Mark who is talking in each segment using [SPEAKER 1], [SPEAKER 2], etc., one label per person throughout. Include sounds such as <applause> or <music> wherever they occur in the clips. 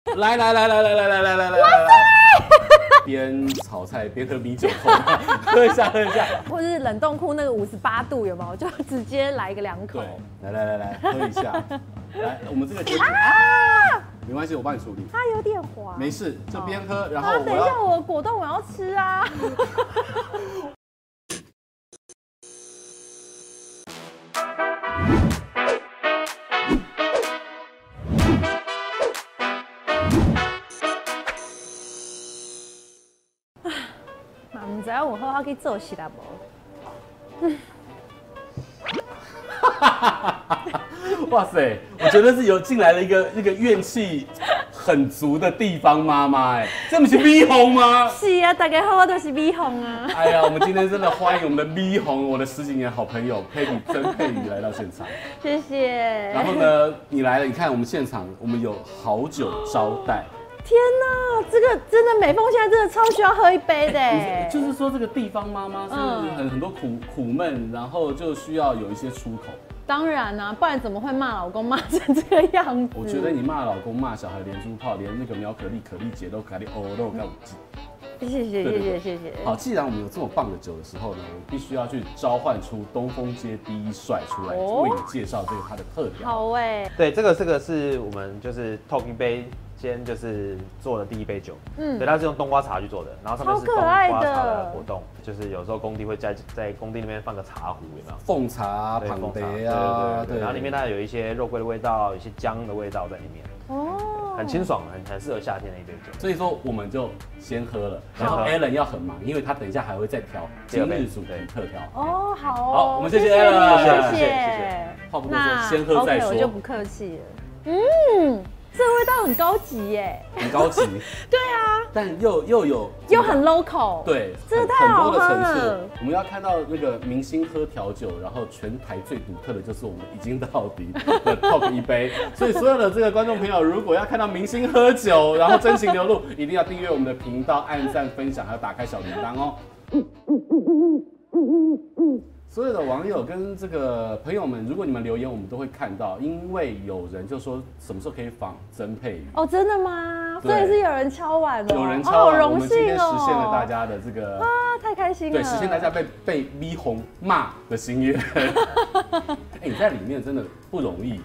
[SPEAKER 1] 来来来来来来来来来来来，边炒菜边喝米酒头，喝一下喝一下。
[SPEAKER 2] 或是冷冻库那个五十八度有没 <laughs> 有？就直接来个两口
[SPEAKER 1] 对。，来来来来，喝一下。来，我们这个可以没关系，我帮你处理。
[SPEAKER 2] 啊它有点滑。
[SPEAKER 1] 没事，这边喝，然后
[SPEAKER 2] 啊，
[SPEAKER 1] 我
[SPEAKER 2] 等一下，
[SPEAKER 1] 要
[SPEAKER 2] 我果冻我要吃
[SPEAKER 1] <laughs>
[SPEAKER 2] 啊！啊，唔知影有好好去做事啦无？
[SPEAKER 1] 哇塞，我觉得是有进来了一个那个怨气很足的地方妈妈，哎，这不是逼红吗？
[SPEAKER 2] 是啊，大家好，我都是米红啊。
[SPEAKER 1] 哎呀，我们今天真的欢迎我们的咪红，我的十几年好朋友佩宇曾佩宇来到现场。
[SPEAKER 2] 谢
[SPEAKER 1] 然后
[SPEAKER 2] 谢。
[SPEAKER 1] 呢，你来了，你看我们现场，我们有好酒招待，
[SPEAKER 2] 天哪，这个真的美凤现在真的超需要喝一杯的
[SPEAKER 1] 哎
[SPEAKER 2] 欸。
[SPEAKER 1] 你就是说这个地方妈妈是
[SPEAKER 2] 嗯
[SPEAKER 1] 很很多苦苦闷，然后就需要有一些出口。
[SPEAKER 2] 当然啊，不然怎么会骂老公骂成这个样子？
[SPEAKER 1] 我觉得你骂老公、骂小孩、连珠炮、连那个苗可丽、可丽姐都可丽哦都干五记。
[SPEAKER 2] 嗯谢谢
[SPEAKER 1] 对
[SPEAKER 2] 谢
[SPEAKER 1] 对
[SPEAKER 2] 谢
[SPEAKER 1] 对
[SPEAKER 2] 谢谢。
[SPEAKER 1] 好，既然我们有这么棒的酒的时候呢，我必须要去召唤出东风街第一帅出来，
[SPEAKER 2] 哦
[SPEAKER 1] 为你介绍这个他的特调。
[SPEAKER 2] 好哎、
[SPEAKER 3] 对，这个这个是我们就是透明杯先就是做的第一杯酒，
[SPEAKER 2] 嗯
[SPEAKER 3] 嗯，对，它是用冬瓜茶去做的，然后上面是
[SPEAKER 2] 超
[SPEAKER 3] 冬
[SPEAKER 2] 可爱的
[SPEAKER 3] 瓜茶的果冻，就是有时候工地会在在工地那边放个茶壶，有没有？
[SPEAKER 1] 奉茶啊、
[SPEAKER 3] 对
[SPEAKER 1] 庞
[SPEAKER 3] 凤茶
[SPEAKER 1] 杯啊，
[SPEAKER 3] 对对对对，然后里面
[SPEAKER 1] 呢，
[SPEAKER 3] 它有一些肉桂的味道，有一些姜的味道在里面，
[SPEAKER 2] 哦，
[SPEAKER 3] 很清爽，很很适合夏天的一杯酒。
[SPEAKER 1] 所以说我们就先喝了，然后
[SPEAKER 3] 好
[SPEAKER 1] Alan 要很忙，因为他等一下还会再调今日主题特调。
[SPEAKER 2] 哦，好哦，
[SPEAKER 1] 好我们谢谢
[SPEAKER 2] 你
[SPEAKER 1] Ella
[SPEAKER 2] 谢谢
[SPEAKER 3] 谢谢谢谢
[SPEAKER 1] 话不多
[SPEAKER 2] 那
[SPEAKER 1] 说，先喝再
[SPEAKER 2] OK，
[SPEAKER 1] 说。
[SPEAKER 2] 我就不客气了。嗯，这味道很高级耶，
[SPEAKER 1] 很高级，
[SPEAKER 2] <laughs> 对啊，
[SPEAKER 1] 但又又有
[SPEAKER 2] 又很 local，，
[SPEAKER 1] 对，
[SPEAKER 2] 这
[SPEAKER 1] 很
[SPEAKER 2] 太好
[SPEAKER 1] 很多的
[SPEAKER 2] 喝
[SPEAKER 1] 层
[SPEAKER 2] 了
[SPEAKER 1] 次。我们要看到那个明星喝调酒，然后全台最独特的就是我们已经到底
[SPEAKER 2] <laughs>
[SPEAKER 1] 的 top 一杯。所以所有的这个观众朋友，如果要看到明星喝酒，然后真情流露，一定要订阅我们的频道，按赞、分享，还有打开小铃铛哦。所有的网友跟这个朋友们，如果你们留言，我们都会看到，因为有人就说什么时候可以访曾佩瑜。
[SPEAKER 2] 哦，真的吗？
[SPEAKER 1] 对
[SPEAKER 2] 所以是有人敲碗哦，
[SPEAKER 1] 有人敲
[SPEAKER 2] 哦
[SPEAKER 1] 完，
[SPEAKER 2] 好
[SPEAKER 1] 我
[SPEAKER 2] 荣
[SPEAKER 1] 们今天
[SPEAKER 2] 幸
[SPEAKER 1] 实
[SPEAKER 2] 哦，
[SPEAKER 1] 现了大家的这个，
[SPEAKER 2] 啊，太开心了，
[SPEAKER 1] 对，实现大家被被逼红骂的心愿。 <laughs> 哎，你在里面真的不容易耶，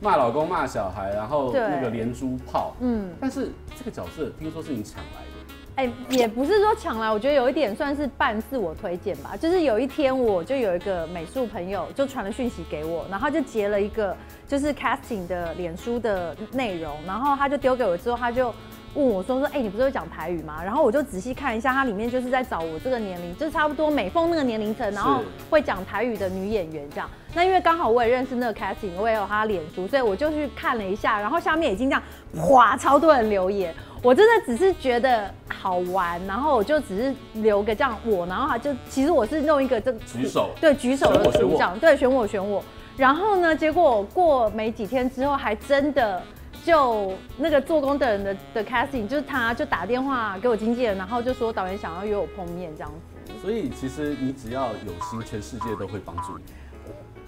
[SPEAKER 1] 骂老公、骂小孩，然后
[SPEAKER 2] 对
[SPEAKER 1] 那个连珠炮，
[SPEAKER 2] 嗯，
[SPEAKER 1] 但是这个角色听说是你抢来的，
[SPEAKER 2] 哎、也不是说抢来，我觉得有一点算是半自我推荐吧。就是有一天，我就有一个美术朋友就传了讯息给我，然后他就截了一个就是 casting 的脸书的内容，然后他就丢给我之后，他就问我说说，哎、你不是会讲台语吗？然后我就仔细看一下，它里面就是在找我这个年龄，就是差不多美凤那个年龄层，然后会讲台语的女演员这样。那因为刚好我也认识那个 casting，我也有她脸书，所以我就去看了一下，然后下面已经这样，哇，超多人留言。我真的只是觉得好玩，然后我就只是留个这样我，然后他就其实我是弄一个这
[SPEAKER 1] 举手
[SPEAKER 2] 对举手的
[SPEAKER 1] 选我选
[SPEAKER 2] 图
[SPEAKER 1] 我
[SPEAKER 2] 像，对选我选我。然后呢，结果过没几天之后，还真的就那个做工的人的的 casting，就是他就打电话给我经纪人，然后就说导演想要约我碰面这样子，
[SPEAKER 1] 所以其实你只要有心，全世界都会帮助你。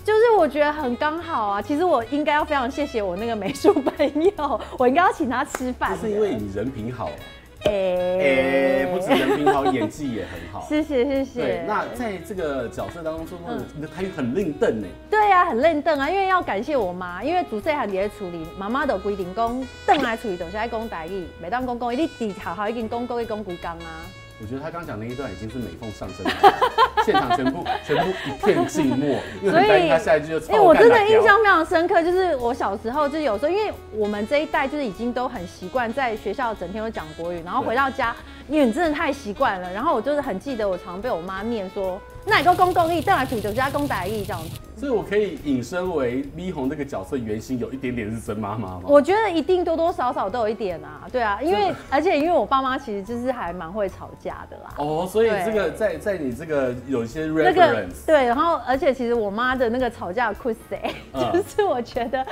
[SPEAKER 2] 就是我觉得很刚好啊。其实我应该要非常谢谢我那个美术朋友，我应该要请他吃饭
[SPEAKER 1] 这
[SPEAKER 2] 的。
[SPEAKER 1] 是因为你人品好啊，
[SPEAKER 2] 哎、
[SPEAKER 1] 哎，不止人品好，演技也很好。
[SPEAKER 2] <laughs> 谢谢谢谢。
[SPEAKER 1] 对，那在这个角色当中
[SPEAKER 2] 嗯
[SPEAKER 1] 呢，你的台语很令邓呢。
[SPEAKER 2] 对呀、很认真啊，因为要感谢我妈，因为自细汉伫咧处理，妈妈就规定讲，邓来处理就是爱讲台语，每当讲讲，你底好好已经讲国语讲古讲啊。
[SPEAKER 1] 我觉得他刚讲那一段已经是美凤上身了，现场全部全部一片静默，因为很担心他下一句就
[SPEAKER 2] 哎、
[SPEAKER 1] 超
[SPEAKER 2] 我
[SPEAKER 1] 干
[SPEAKER 2] 真
[SPEAKER 1] 打
[SPEAKER 2] 的印
[SPEAKER 1] 掉。
[SPEAKER 2] 象非常深刻，就是我小时候就是有时候，因为我们这一代就是已经都很习惯在学校整天都讲国语，然后回到家，因为你真的太习惯了，然后我就是很记得我常被我妈念说，那你讲公共义，邓来处理就是爱讲台语这样子。
[SPEAKER 1] 所以我可以引申为咪红这个角色原型有一点点是真妈妈吗？
[SPEAKER 2] 我觉得一定多多少少都有一点啊，对啊，因为而且因为我爸妈其实就是还蛮会吵架的啦。
[SPEAKER 1] 哦，所以
[SPEAKER 2] 对
[SPEAKER 1] 这个在在你这个有一些
[SPEAKER 2] 那个
[SPEAKER 1] reference，
[SPEAKER 2] 对，然后而且其实我妈的那个吵架酷谁，
[SPEAKER 1] 嗯
[SPEAKER 2] <laughs> 就是我觉得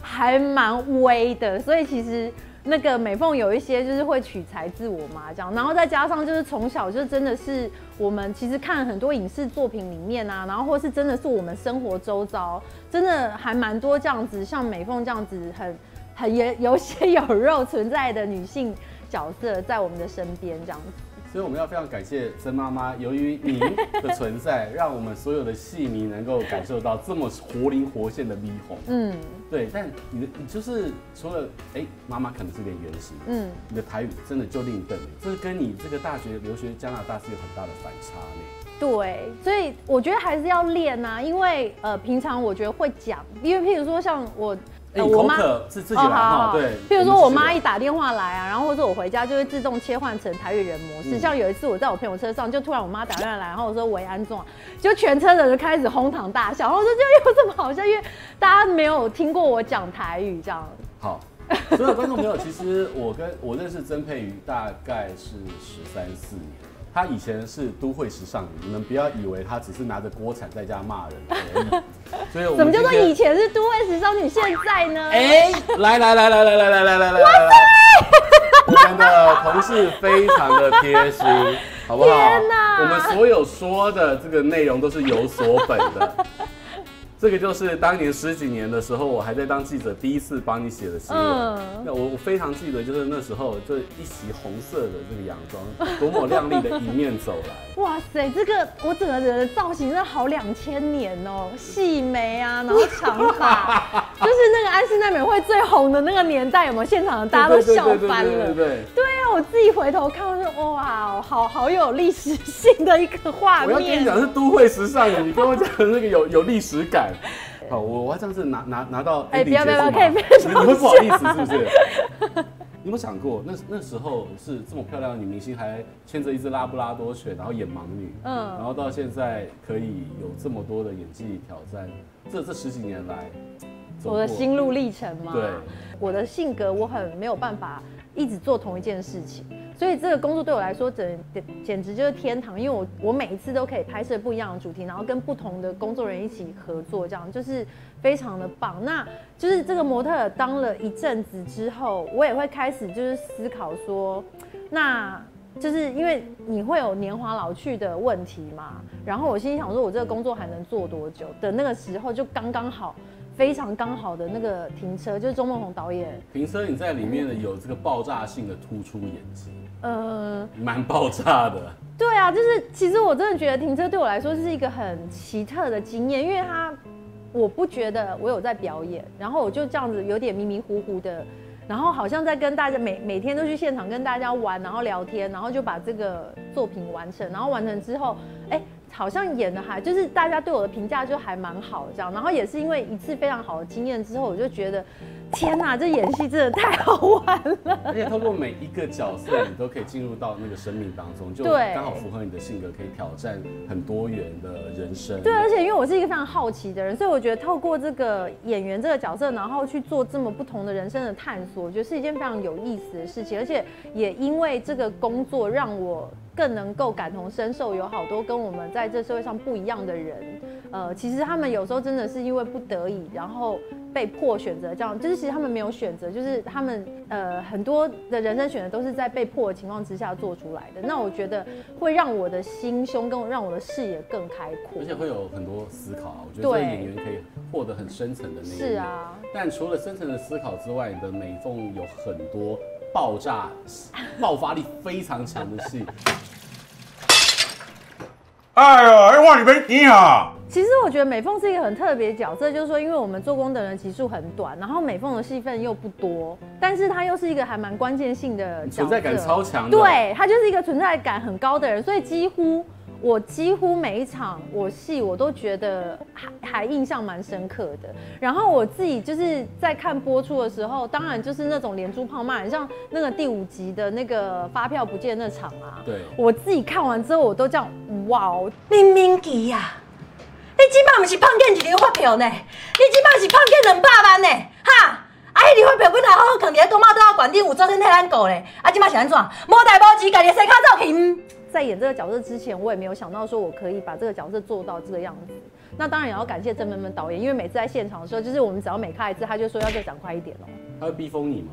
[SPEAKER 2] 还蛮威的，所以其实那个美凤有一些就是会取材自我妈这样，然后再加上就是从小就真的是我们其实看很多影视作品里面啊，然后或是真的是我们生活周遭，真的还蛮多这样子，像美凤这样子很。很 <laughs> 也有血有肉存在的女性角色在我们的身边，这样子。
[SPEAKER 1] 所以我们要非常感谢曾妈妈，由于您的存在，让我们所有的戏迷能够感受到这么活灵活现的霓虹。
[SPEAKER 2] 嗯
[SPEAKER 1] 对，但你的你就是除了哎，妈妈可能是点原型，
[SPEAKER 2] 嗯，
[SPEAKER 1] 你的台语真的就另一份了，这跟你这个大学留学加拿大是有很大的反差呢。
[SPEAKER 2] 对，所以我觉得还是要练啊，因为呃，平常我觉得会讲，因为譬如说像我。
[SPEAKER 1] 哎，你
[SPEAKER 2] 呃我
[SPEAKER 1] 口
[SPEAKER 2] 妈哦
[SPEAKER 1] 渴是自己来哈，对。
[SPEAKER 2] 譬如说我妈一
[SPEAKER 1] 们
[SPEAKER 2] 打电话来啊，然后或者我回家就会自动切换成台语人模式。
[SPEAKER 1] 嗯
[SPEAKER 2] 像有一次我在我朋友车上，就突然我妈打电话来，然后我说喂安总啊，就全车的人就开始哄堂大笑，然后我说就有这么好笑，因为大家没有听过我讲台语这样。
[SPEAKER 1] 是好。所有观众朋友，其实我跟我认识曾佩瑜大概是十三四年了。她以前是都会时尚女，你们不要以为她只是拿着锅铲在家骂人而已。所以我们
[SPEAKER 2] 怎么叫做
[SPEAKER 1] 今天
[SPEAKER 2] 以前是都会时尚女，现在呢？
[SPEAKER 1] 哎，来来来来来来来来来来来，我们的同事非常的贴心，好不好？
[SPEAKER 2] 天哪
[SPEAKER 1] 我们所有说的这个内容都是有所本的。这个就是当年十几年的时候，我还在当记者，第一次帮你写的新闻。
[SPEAKER 2] 嗯
[SPEAKER 1] 那我我非常记得，就是那时候这一袭红色的这个洋装，多么亮丽的一面走来。
[SPEAKER 2] 哇塞，这个我整个人的造型真的好两千年哦，细
[SPEAKER 1] <laughs>
[SPEAKER 2] 眉啊，然后长发，就是那个安室奈美惠最红的那个年代，有没有？现场大家都笑翻
[SPEAKER 1] 对对对对
[SPEAKER 2] 了。
[SPEAKER 1] 对对
[SPEAKER 2] 对啊，我自己回头看，我说哇，好好有历史性的一个画
[SPEAKER 1] 我要跟你
[SPEAKER 2] 面。
[SPEAKER 1] 讲是都会时尚，你跟我讲那个有有历史感。好，我我要这样子拿拿拿到 Andy
[SPEAKER 2] 哎不要
[SPEAKER 1] 结束吗
[SPEAKER 2] 不
[SPEAKER 1] 你你会
[SPEAKER 2] 要不要可以
[SPEAKER 1] 不好意思是不是？ <laughs> 你有没有想过，那那时候是这么漂亮的女明星，还牵着一只拉布拉多犬，然后演盲女，嗯
[SPEAKER 2] 嗯，
[SPEAKER 1] 然后到现在可以有这么多的演技挑战，这这十几年来，走
[SPEAKER 2] 我的
[SPEAKER 1] 过
[SPEAKER 2] 心路啊历程嘛，
[SPEAKER 1] 对，
[SPEAKER 2] 我的性格我很没有办法一直做同一件事情，所以这个工作对我来说简简直就是天堂，因为我我每一次都可以拍摄不一样的主题，然后跟不同的工作人员一起合作，这样就是非常的棒。那就是这个模特儿当了一阵子之后，我也会开始就是思考说，那就是因为你会有年华老去的问题嘛，然后我心里想说，我这个工作还能做多久？的那个时候就刚刚好，非常刚好的那个停车，就是钟梦红导演，
[SPEAKER 1] 平车你在里面的有这个爆炸性的突出演技，
[SPEAKER 2] 呃，
[SPEAKER 1] 蛮爆炸的。
[SPEAKER 2] 对啊，就是其实我真的觉得停车对我来说是一个很奇特的经验，因为它我不觉得我有在表演，然后我就这样子有点迷迷糊糊的，然后好像在跟大家每每天都去现场跟大家玩，然后聊天，然后就把这个作品完成，然后完成之后，哎、好像演的还就是大家对我的评价就还蛮好这样，然后也是因为一次非常好的经验之后，我就觉得天哪、这演戏真的太好玩了。
[SPEAKER 1] 而且透过每一个角色，你都可以进入到那个生命当中，就
[SPEAKER 2] 对
[SPEAKER 1] 刚好符合你的性格，可以挑战很多元的人生。
[SPEAKER 2] 对，而且因为我是一个非常好奇的人，所以我觉得透过这个演员这个角色，然后去做这么不同的人生的探索，我觉得是一件非常有意思的事情。而且也因为这个工作，让我更能够感同身受，有好多跟我们在这社会上不一样的人。呃，其实他们有时候真的是因为不得已，然后被迫选择这样，就是其实他们没有选择，就是他们呃很多的人生选择都是在被迫的情况之下做出来的。那我觉得会让我的心胸跟让我的视野更开阔
[SPEAKER 1] 而。且会有很多思考啊，我觉得这个
[SPEAKER 2] 对
[SPEAKER 1] 演员可以获得很深层的那一面
[SPEAKER 2] 是。啊，
[SPEAKER 1] 但除了深层的思考之外，你的美缝有很多爆炸、爆发力非常强的戏。
[SPEAKER 4] 哎呦，哎，我里边你啊！
[SPEAKER 2] 其实我觉得美凤是一个很特别的角色，就是说，因为我们做工的人集数很短，然后美凤的戏份又不多，但是她又是一个还蛮关键性的角
[SPEAKER 1] 存
[SPEAKER 2] 色，
[SPEAKER 1] 在感超强的
[SPEAKER 2] 对，她就是一个存在感很高的人，所以几乎我几乎每一场我戏我都觉得还还印象蛮深刻的。然后我自己就是在看播出的时候，当然就是那种连珠炮骂人，像那个第五集的那个发票不见那场啊，
[SPEAKER 1] 对
[SPEAKER 2] 我自己看完之后我都这样，哇哦，
[SPEAKER 5] 林明基呀、啊你即摆毋是碰见一张发票呢，你即摆是碰见两百万呢，哈！啊，迄张发票本来好好放伫咧公猫桌馆顶，有昨天替咱顾咧，啊，即摆是安怎？无代无志，家己的生骹走去，嗯
[SPEAKER 2] 在演这个角色之前，我也没有想到说我可以把这个角色做到这个样子。那当然也要感谢郑门门导演，因为每次在现场的时候，就是我们只要每开一次，他就说要再讲快一点哦、
[SPEAKER 1] 他会逼疯你吗？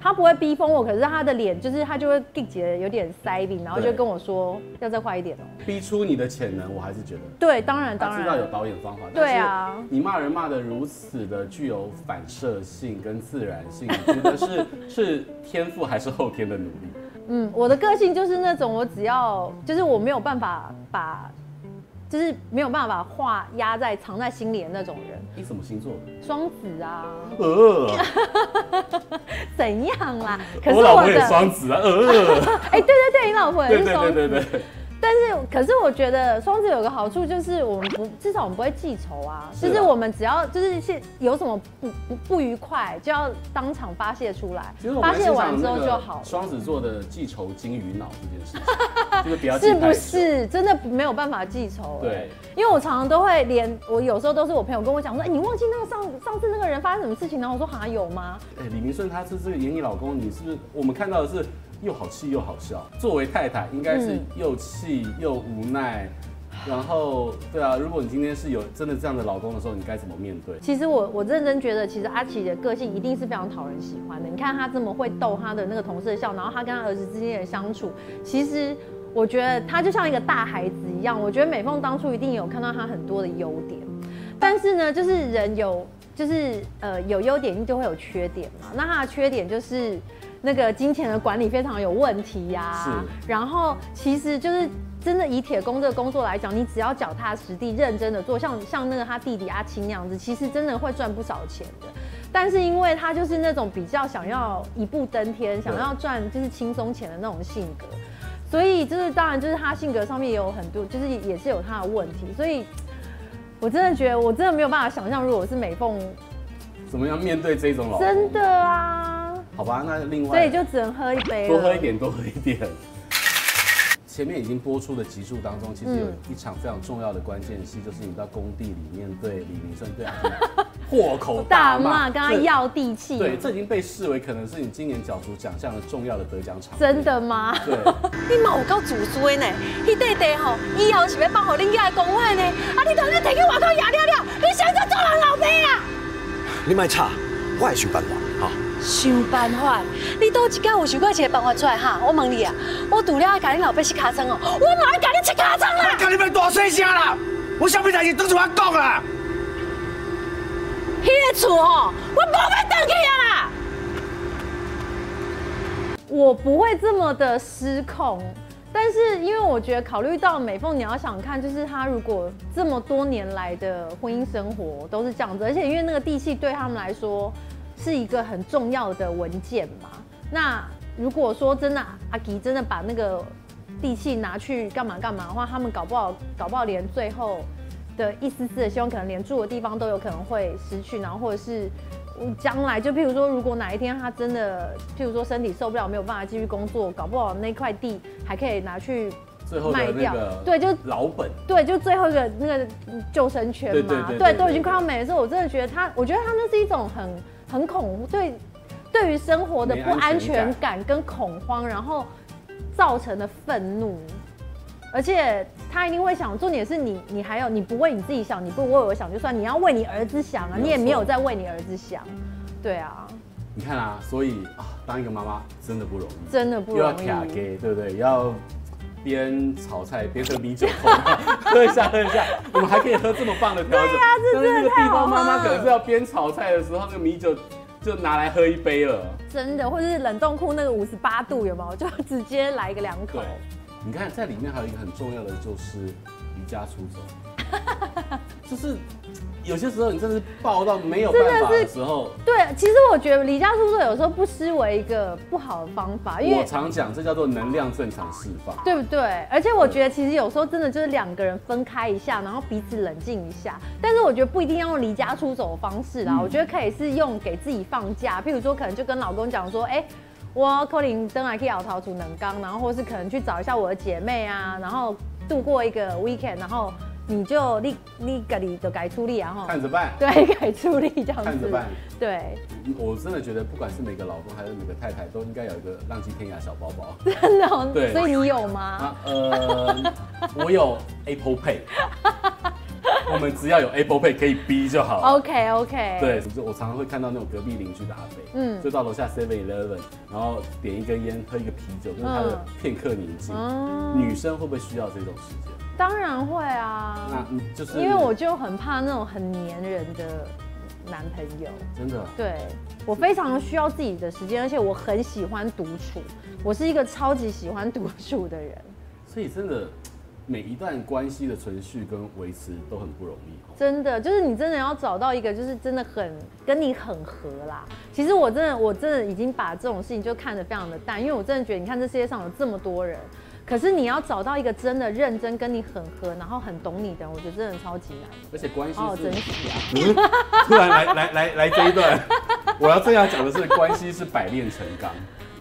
[SPEAKER 2] 他不会逼疯我，可是他的脸就是他就会给结有点塞饼，然后就
[SPEAKER 1] 对
[SPEAKER 2] 跟我说要再坏一点哦、
[SPEAKER 1] 逼出你的潜能，我还是觉得。
[SPEAKER 2] 对，当然当
[SPEAKER 1] 他知道有
[SPEAKER 2] 然，
[SPEAKER 1] 导演方法，
[SPEAKER 2] 对啊
[SPEAKER 1] 但是你骂人骂的如此的具有反射性跟自然性，你觉得
[SPEAKER 2] <laughs>
[SPEAKER 1] 是是天赋还是后天的努力？
[SPEAKER 2] 嗯，我的个性就是那种我只要就是我没有办法把，就是没有办法把话压在藏在心里的那种人，
[SPEAKER 1] 你什么星座的？
[SPEAKER 2] 双子啊，
[SPEAKER 1] <laughs> 呃，
[SPEAKER 2] 怎样啦？可
[SPEAKER 1] 我
[SPEAKER 2] 是
[SPEAKER 1] 老
[SPEAKER 2] 我
[SPEAKER 1] 婆也
[SPEAKER 2] 的，
[SPEAKER 1] 双子啊，呃，
[SPEAKER 2] 哎、对对对，你老婆也
[SPEAKER 1] 对
[SPEAKER 2] 是
[SPEAKER 1] 对
[SPEAKER 2] 双
[SPEAKER 1] 对
[SPEAKER 2] 子
[SPEAKER 1] 对，对，
[SPEAKER 2] 但是，可是我觉得双子有个好处就是，我们不至少我们不会记仇啊，
[SPEAKER 1] 是啊
[SPEAKER 2] 就是我们只要就是现有什么不不不愉快，就要当场发泄出来
[SPEAKER 1] 其实，我
[SPEAKER 2] 发
[SPEAKER 1] 蛮欣
[SPEAKER 2] 泄
[SPEAKER 1] 赏
[SPEAKER 2] 完之后
[SPEAKER 1] 那
[SPEAKER 2] 就
[SPEAKER 1] 个
[SPEAKER 2] 好了，
[SPEAKER 1] 双子座的记仇金鱼脑这件事
[SPEAKER 2] <laughs>
[SPEAKER 1] 情，就是比较
[SPEAKER 2] 是不？是？真的没有办法记仇、哎
[SPEAKER 1] 对，
[SPEAKER 2] 因为我常常都会连我有时候都是我朋友跟我讲说，哎、你忘记那个上上次那个人发生什么事情，然后我说哈有吗？
[SPEAKER 1] 哎，李明顺他是这个演你老公，你是不是我们看到的是又好气又好笑？作为太太，应该是
[SPEAKER 2] 嗯
[SPEAKER 1] 又气又无奈。然后，对啊，如果你今天是有真的这样的老公的时候，你该怎么面对？
[SPEAKER 2] 其实我我认真觉得，其实阿奇的个性一定是非常讨人喜欢的。你看他这么会逗他的那个同事笑，然后他跟他儿子之间的相处，其实我觉得他就像一个大孩子一样。我觉得美凤当初一定有看到他很多的优点，但是呢，就是人有就是呃有优点一定就会有缺点嘛。那他的缺点就是那个金钱的管理非常有问题呀、
[SPEAKER 1] 是
[SPEAKER 2] 然后其实就是真的以铁工这个工作来讲，你只要脚踏实地、认真的做，像像那个他弟弟阿青那样子，其实真的会赚不少钱的。但是因为他就是那种比较想要一步登天，想要赚就是轻松钱的那种性格，所以就是当然就是他性格上面也有很多，就是也是有他的问题，所以。我真的觉得，我真的没有办法想象，如果我是美凤，
[SPEAKER 1] 怎么样面对这种老公？
[SPEAKER 2] 真的啊，
[SPEAKER 1] 好吧，那另
[SPEAKER 2] 所
[SPEAKER 1] 外
[SPEAKER 2] 以就只能喝一杯了
[SPEAKER 1] 多喝一。点，多喝一点。前面已经播出的集数当中，其实有
[SPEAKER 2] 嗯
[SPEAKER 1] 一场非常重要的关键戏，就是你到工地里面对李明顺对阿金 <laughs> 破口大
[SPEAKER 2] 大骂，
[SPEAKER 1] 骂，
[SPEAKER 2] 跟他
[SPEAKER 1] 这。
[SPEAKER 2] 要地气。
[SPEAKER 1] 对，这已经被视为可能是你今年角逐奖项的重要的得奖场。
[SPEAKER 2] 真？的吗？
[SPEAKER 1] 对，
[SPEAKER 5] 你嘛有够自私的呢！迄块地吼，以后是要放互恁家的公园呢。啊，你当你摕去外口野了了，你想怎做人老爸啊？
[SPEAKER 6] 你卖吵，我会想办法哈。
[SPEAKER 5] 想办法，你倒一间有想过一个办法出来哈？我问你啊，我除了甲你老爸洗尻川哦，我嘛要甲你切尻川啦！
[SPEAKER 6] 甲你们大细声啦，我啥物代志都是我讲啦。
[SPEAKER 5] 迄个厝吼，我无要倒去啊啦！
[SPEAKER 2] 我不会这么的失控，但是因为我觉得考虑到美凤，你要想看，就是她如果这么多年来的婚姻生活都是这样子，而且因为那个地契对他们来说是一个很重要的文件嘛，那如果说真的阿吉真的把那个地契拿去干嘛干嘛的话，他们搞不好搞不好连最后的一丝丝的希望，可能连住的地方都有可能会失去，然后或者是嗯将来就譬如说，如果哪一天他真的，譬如说身体受不了，没有办法继续工作，搞不好那块地还可以拿去
[SPEAKER 1] 最后
[SPEAKER 2] 卖
[SPEAKER 1] 的那
[SPEAKER 2] 掉
[SPEAKER 1] 个，
[SPEAKER 2] 对，就
[SPEAKER 1] 老本。
[SPEAKER 2] 对，就最后一个那个嗯救生圈
[SPEAKER 1] 对
[SPEAKER 2] 嘛，
[SPEAKER 1] 对对对
[SPEAKER 2] 对，
[SPEAKER 1] 对
[SPEAKER 2] 都已经快要没的时候，我真的觉得他，我觉得他那是一种很很恐对对于生活的
[SPEAKER 1] 没
[SPEAKER 2] 不
[SPEAKER 1] 安
[SPEAKER 2] 安
[SPEAKER 1] 全
[SPEAKER 2] 全感跟恐慌，然后造成的愤怒，而且他一定会想，重点是你，你还有你不为你自己想，你不为我想就算，你要为你儿子想啊，
[SPEAKER 1] 没有
[SPEAKER 2] 你也没有
[SPEAKER 1] 错
[SPEAKER 2] 在为你儿子想，对啊，
[SPEAKER 1] 你看啊，所以啊，当一个妈妈真的不容易，
[SPEAKER 2] 真的不
[SPEAKER 1] 又要
[SPEAKER 2] 容易
[SPEAKER 1] 卡。给，对不对？要边炒菜边喝米酒 <laughs> 头，喝一下喝一下，我们还可以喝这么棒的调酒。对
[SPEAKER 2] 啊
[SPEAKER 1] 呀、这真的太好了。地方妈妈可能是要边炒菜的时候，那个米酒就拿来喝一杯了。
[SPEAKER 2] 真的，或者是冷冻库那个五十八度有没有？就直接来个两口
[SPEAKER 1] 对。，你看在里面还有一个很重要的就是离家出走， <laughs> 就是有些时候你真的是爆到没有办法
[SPEAKER 2] 真的
[SPEAKER 1] 的
[SPEAKER 2] 是
[SPEAKER 1] 时候。
[SPEAKER 2] 对，其实我觉得离家出走有时候不失为一个不好的方法，因
[SPEAKER 1] 我
[SPEAKER 2] 为
[SPEAKER 1] 常讲，这叫做能量正常释放。
[SPEAKER 2] 对不对？而且我觉得其实有时候真的就是两个人分开一下，然后彼此冷静一下。但是我觉得不一定要用离家出走的方式
[SPEAKER 1] 嗯
[SPEAKER 2] 啦，我觉得可以是用给自己放假，譬如说可能就跟老公讲说，哎、我可能等来去熬陶煮能刚，然后或是可能去找一下我的姐妹啊，然后度过一个 weekend，然后你就你你个你就改出力啊哈，
[SPEAKER 1] 看着办，
[SPEAKER 2] 对，改出力这样子，
[SPEAKER 1] 看着办。
[SPEAKER 2] 对。
[SPEAKER 1] 我真的觉得，不管是每个老公还是每个太太，都应该有一个浪迹天涯小包包。啊
[SPEAKER 2] 真的哦，
[SPEAKER 1] 对
[SPEAKER 2] 所以你有吗？
[SPEAKER 1] 啊，呃，我有 Apple Pay， <laughs> 我们只要有 Apple Pay 可以逼就好了。
[SPEAKER 2] OK OK，，
[SPEAKER 1] 对，就我常常会看到那种隔壁邻居的阿伯，
[SPEAKER 2] 嗯
[SPEAKER 1] 嗯，就到楼下 Seven Eleven，然后点一根烟，喝一个啤酒，跟他的片刻宁静。
[SPEAKER 2] 嗯
[SPEAKER 1] 女生会不会需要这种时间？
[SPEAKER 2] 当然会啊，
[SPEAKER 1] 那嗯就是
[SPEAKER 2] 因为我就很怕那种很黏人的男朋友。
[SPEAKER 1] 真的
[SPEAKER 2] 对我非常需要自己的时间，而且我很喜欢独处，我是一个超级喜欢独处的人，
[SPEAKER 1] 所以真的，每一段关系的存续跟维持都很不容易哦。
[SPEAKER 2] 真的就是你真的要找到一个就是真的很跟你很合啦。其实我真的我真的已经把这种事情就看得非常的淡，因为我真的觉得你看这世界上有这么多人。可是你要找到一个真的认真跟你很合，然后很懂你的人，我觉得真的超级难，
[SPEAKER 1] 而且关系
[SPEAKER 2] 好好
[SPEAKER 1] 是
[SPEAKER 2] 珍惜啊！
[SPEAKER 1] 嗯突然来来来来这一段， <laughs> 我要这样讲的是，关系是百炼成钢，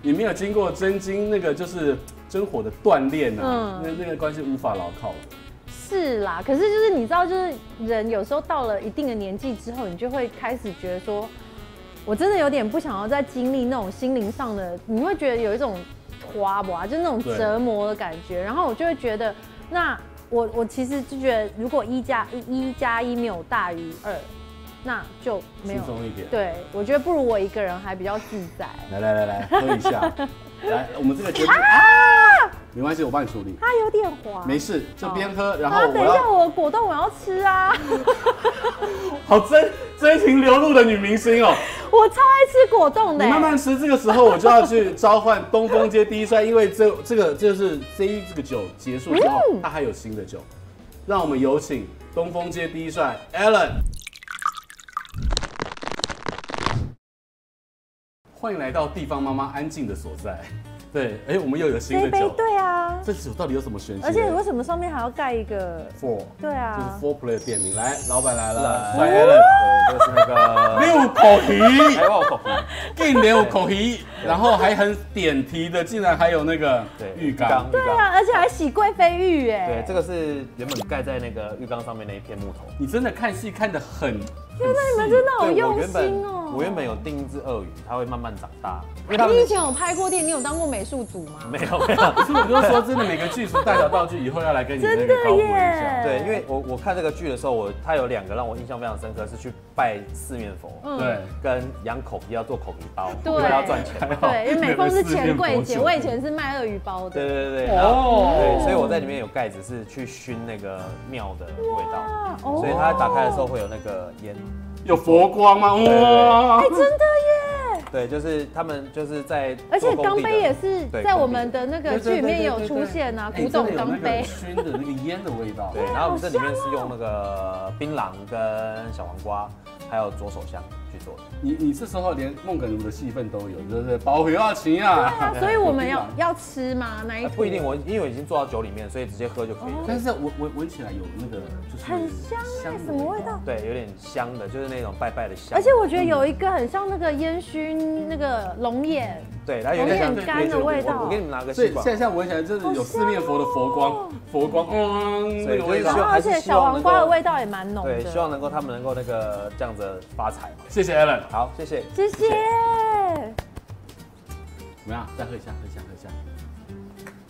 [SPEAKER 1] 你没有经过真经那个就是真火的锻炼啊，
[SPEAKER 2] 嗯
[SPEAKER 1] 那那个关系无法牢靠的。
[SPEAKER 2] 是啦，可是就是你知道，就是人有时候到了一定的年纪之后，你就会开始觉得说，我真的有点不想要再经历那种心灵上的，你会觉得有一种花吧，就是那种
[SPEAKER 1] 对
[SPEAKER 2] 折磨的感觉。然后我就会觉得，那我我其实就觉得，如果一加一一加一没有大于二，那就没有
[SPEAKER 1] 轻。松一点。
[SPEAKER 2] 对，我觉得不如我一个人还比较自在。
[SPEAKER 1] 来来来来，喝一
[SPEAKER 2] <laughs>
[SPEAKER 1] 下。来，我们这个节目，
[SPEAKER 2] 啊
[SPEAKER 1] 啊没关系，我帮你处理，
[SPEAKER 2] 它有点滑。
[SPEAKER 1] 没事，就边喝，然
[SPEAKER 2] 啊
[SPEAKER 1] 后
[SPEAKER 2] 等
[SPEAKER 1] 我
[SPEAKER 2] 一下，
[SPEAKER 1] 要
[SPEAKER 2] 我的果冻我要吃啊！ <laughs>
[SPEAKER 1] 好真真情流露的女明星哦，
[SPEAKER 2] 我超爱吃果冻的、
[SPEAKER 1] 你慢慢吃。这个时候我就要去召唤东风街第一帅，因为这这个就是这一这个酒结束之后，
[SPEAKER 2] 嗯
[SPEAKER 1] 它还有新的酒，让我们有请东风街第一帅 Alan。欢迎来到地方妈妈安静的所在。对，哎，我们又有新
[SPEAKER 2] 这
[SPEAKER 1] 的
[SPEAKER 2] 一杯
[SPEAKER 1] 酒。
[SPEAKER 2] 对啊，
[SPEAKER 1] 这酒到底有什么玄机呢？
[SPEAKER 2] 而且为什么上面还要盖一个？
[SPEAKER 1] Four，
[SPEAKER 2] 对啊
[SPEAKER 1] 就是 Four Play 的店名。来，老板来了，
[SPEAKER 3] 帅
[SPEAKER 1] 帅
[SPEAKER 3] Allen，
[SPEAKER 1] Allen，
[SPEAKER 3] 对，就是那个
[SPEAKER 1] <laughs> 六口蹄，
[SPEAKER 3] 台湾口红，
[SPEAKER 1] 一六口蹄，然后还很点题的，竟然还有那个
[SPEAKER 3] 对，
[SPEAKER 1] 浴缸。
[SPEAKER 3] 对
[SPEAKER 2] 对啊，而且还洗贵妃浴
[SPEAKER 3] 对
[SPEAKER 2] 哎，，
[SPEAKER 3] 这个是原本盖在那个浴缸上面那一片木头。
[SPEAKER 1] 你真的看戏看得很，
[SPEAKER 2] 天哪，你们真的好
[SPEAKER 3] 对
[SPEAKER 2] 用
[SPEAKER 3] 我原本
[SPEAKER 2] 心哦！哎
[SPEAKER 3] 我原本有定一只鳄鱼，它会慢慢长大，因为它们
[SPEAKER 2] 你以前有拍过电影，你有当过美术组吗？
[SPEAKER 3] 没有
[SPEAKER 2] <laughs>
[SPEAKER 3] 没有。
[SPEAKER 1] 所以我就说真的，每个剧组代表道具以后要来跟你那
[SPEAKER 2] 真
[SPEAKER 1] 个
[SPEAKER 2] 的
[SPEAKER 1] 考古一
[SPEAKER 2] 耶
[SPEAKER 1] 下。
[SPEAKER 3] 对，因为我我看这个剧的时候，我它有两个让我印象非常深刻，是去拜四面佛，
[SPEAKER 2] 嗯
[SPEAKER 1] 对，
[SPEAKER 3] 跟养口皮要做口皮包，
[SPEAKER 2] 对
[SPEAKER 3] 因为要赚钱。
[SPEAKER 2] 对，因为美凤是钱柜姐，
[SPEAKER 1] 还好
[SPEAKER 2] 我以前是卖鳄鱼包
[SPEAKER 3] 对
[SPEAKER 2] 的。
[SPEAKER 3] 对对对，
[SPEAKER 1] 哦
[SPEAKER 3] 对，所以我在里面有盖子是去熏那个庙的味道，
[SPEAKER 2] 啊哦
[SPEAKER 3] 所以它打开的时候会有那个烟。
[SPEAKER 1] 有佛光吗？哇！
[SPEAKER 2] 哎，真的耶！
[SPEAKER 3] 对，就是他们就是在做
[SPEAKER 2] 而且
[SPEAKER 3] 工地的，
[SPEAKER 2] 钢杯也是
[SPEAKER 3] 对
[SPEAKER 2] 在我
[SPEAKER 3] 工地
[SPEAKER 2] 们的那个
[SPEAKER 1] 对
[SPEAKER 2] 剧里面有出现啊，
[SPEAKER 1] 对
[SPEAKER 2] 古
[SPEAKER 1] 对对对
[SPEAKER 2] 董钢杯
[SPEAKER 1] 哎。真的有那个熏的那个烟的味道。
[SPEAKER 3] 对，然后我们这里面是
[SPEAKER 2] 哦
[SPEAKER 3] 用那个槟榔跟小黄瓜，还有左手香去做的。
[SPEAKER 1] 你你这时候连孟耿如的戏份都有，就是包回要情
[SPEAKER 2] 对啊
[SPEAKER 1] <laughs> 啊。
[SPEAKER 2] 所以我们要要吃吗？那一
[SPEAKER 3] 哎不一定，我因为我已经做到酒里面，所以直接喝就可以
[SPEAKER 2] 哦
[SPEAKER 3] 了。
[SPEAKER 1] 但是闻闻闻起来有那个就是
[SPEAKER 2] 很香哎，
[SPEAKER 1] 的
[SPEAKER 2] 什么味道？？
[SPEAKER 3] 对，有点香的，就是那种拜拜的香。
[SPEAKER 2] 而且我觉得有一个很像那个烟熏那个龙眼，
[SPEAKER 3] 对，它有点
[SPEAKER 2] 有
[SPEAKER 3] 像
[SPEAKER 2] 点干的味道
[SPEAKER 3] 我我给你们拿个
[SPEAKER 1] 所以现
[SPEAKER 3] 吸管。
[SPEAKER 1] 在现在闻起来就是有四面佛的佛光，
[SPEAKER 2] 哦
[SPEAKER 1] 佛光，嗯，
[SPEAKER 3] 所
[SPEAKER 1] 那
[SPEAKER 3] 以
[SPEAKER 1] 个味
[SPEAKER 3] 就是
[SPEAKER 2] 然
[SPEAKER 1] 道。
[SPEAKER 2] 后而且小黄瓜的味道也蛮浓
[SPEAKER 3] 对，
[SPEAKER 2] 的。
[SPEAKER 3] 希望能够他们能够那个这样子发财嘛。
[SPEAKER 1] 谢谢 Alan，
[SPEAKER 3] 好，谢谢。
[SPEAKER 2] 谢谢。
[SPEAKER 1] 怎么样？再喝一下，喝一下，喝一下。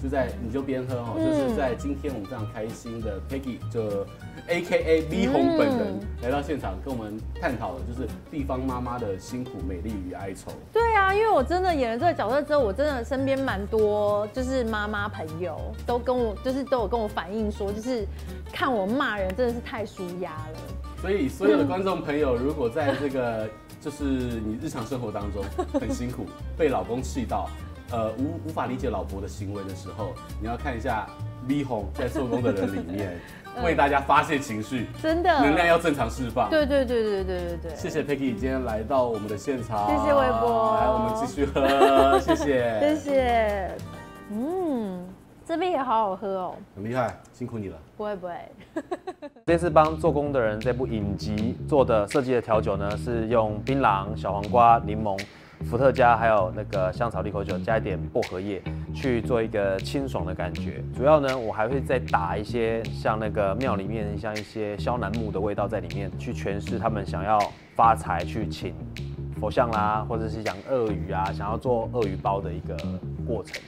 [SPEAKER 1] 就在你就边喝哦，就是
[SPEAKER 2] 嗯
[SPEAKER 1] 在今天我们非常开心的 Peggy 就 A K A V 红本
[SPEAKER 2] 嗯
[SPEAKER 1] 人来到现场跟我们探讨了就是地方妈妈的辛苦、美丽与哀愁。
[SPEAKER 2] 对啊，因为我真的演了这个角色之后，我真的身边蛮多就是妈妈朋友都跟我，就是都有跟我反映说，就是看我骂人真的是太舒压了。
[SPEAKER 1] 所以所有的观众朋友，如果在这个 <laughs> 就是你日常生活当中很辛苦，被老公气到，呃无无法理解老婆的行为的时候，你要看一下 V 红在做工的人里
[SPEAKER 2] <laughs>
[SPEAKER 1] 面，为大家发泄情绪，
[SPEAKER 2] 真的
[SPEAKER 1] 能量要正常释放。
[SPEAKER 2] 嗯对对对对对对对。
[SPEAKER 1] 谢谢 Peggy 今天来到我们的现场，
[SPEAKER 2] 谢谢微博
[SPEAKER 1] 来我们继续喝，谢谢，
[SPEAKER 2] <laughs> 谢，谢。嗯，这边也好好喝哦，
[SPEAKER 1] 很厉害，辛苦你了。
[SPEAKER 2] 不会不会。
[SPEAKER 3] <laughs> 这次帮《做工的人》这部影集做的设计的调酒呢，是用槟榔、小黄瓜、柠檬、伏特加，还有那个香草利口酒，加一点薄荷叶，去做一个清爽的感觉。主要呢，我还会再打一些像那个庙里面像一些萧楠木的味道在里面，去诠释他们想要发财去请佛像啦，或者是养鳄鱼啊，想要做鳄鱼包的一个过程。